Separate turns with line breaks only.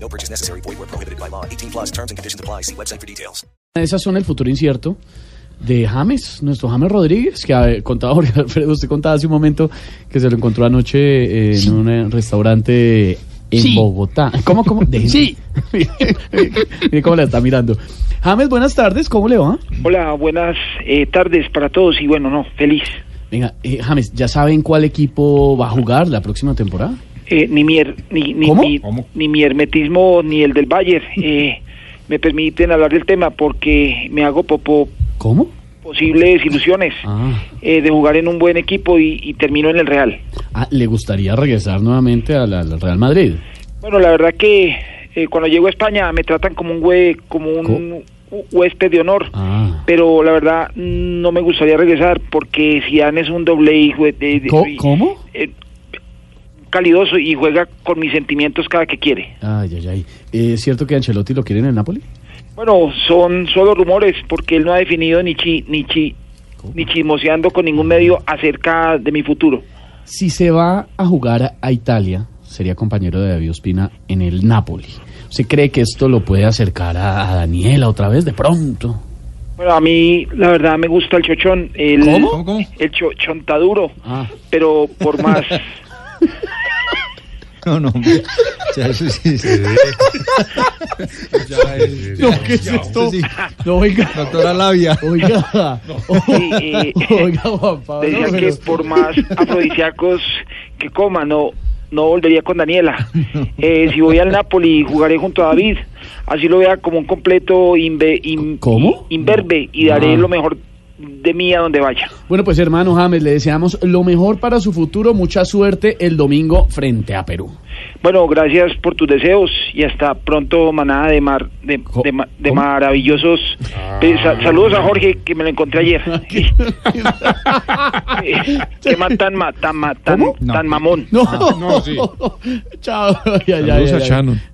No purchase necessary. Void where prohibited by law. 18 plus terms and conditions apply. See website for details.
Esas son el futuro incierto de James, nuestro James Rodríguez, que a- contaba Jorge Alfredo, usted contaba hace un momento que se lo encontró anoche eh, en un eh, restaurante en
Sí.
Bogotá. ¿Cómo, cómo? Déjenme-
Sí.
Mire cómo la está mirando. James, buenas tardes, ¿cómo le va?
Hola, buenas eh, tardes para todos y bueno, no, feliz.
Venga, eh, James, ¿ya saben cuál equipo va a jugar la próxima temporada?
Eh, ni, mi her- ni, ni,
¿Cómo?
Mi,
¿Cómo?
ni mi hermetismo ni el del Bayer eh, me permiten hablar del tema porque me hago popo
¿Cómo?
posibles ilusiones
Ah.
eh, de jugar en un buen equipo y, y termino en el Real.
Ah, ¿Le gustaría regresar nuevamente a la- al Real Madrid?
Bueno, la verdad que eh, cuando llego a España me tratan como un, hue- como un huésped de honor.
Ah.
Pero la verdad no me gustaría regresar porque Zidane es un doble hijo de, de-
Co-
y-
¿Cómo?
eh, calidoso y juega con mis sentimientos cada que quiere.
Ay, ay, ay. Eh, ¿Es cierto que Ancelotti lo quieren en el Napoli?
Bueno, son solo rumores porque él no ha definido ni chi, ni chi, ni chismoseando con ningún medio acerca de mi futuro.
Si se va a jugar a Italia, sería compañero de David Ospina en el Napoli. ¿Usted cree que esto lo puede acercar a, a Daniela otra vez de pronto?
Bueno, a mí la verdad me gusta el chochón, el,
¿Cómo, cómo?
el cho- chontaduro,
Ah.
pero por más,
No, no, hombre. O sea, eso sí. Ya es.
No, ¿qué es
ya,
esto?
sí.
No, oiga,
Doctora Labia.
oiga,
eh,
oiga, Juan Pablo.
decían que
pero-
por más afrodisíacos que coma, no, no volvería con Daniela. Eh, si voy al Napoli, jugaré junto a David. Así lo vea como un completo imbe, im-
¿Cómo?
imberbe y daré
Ah.
lo mejor de mí a donde vaya.
Bueno, pues hermano James, le deseamos lo mejor para su futuro. Mucha suerte el domingo frente a Perú.
Bueno, gracias por tus deseos y hasta pronto, manada de mar, de,
Co-
de ma- de
¿cómo? Ah.
maravillosos. Eh, sa- saludos a Jorge que me lo encontré ayer. Eh, Qué man tan ma- tan ma- tan,
¿Cómo?
tan mamón.
No,
Ah, No, sí.
Chao. Ay, ay, ay,
Saludos a
ay, ay.
Shannon.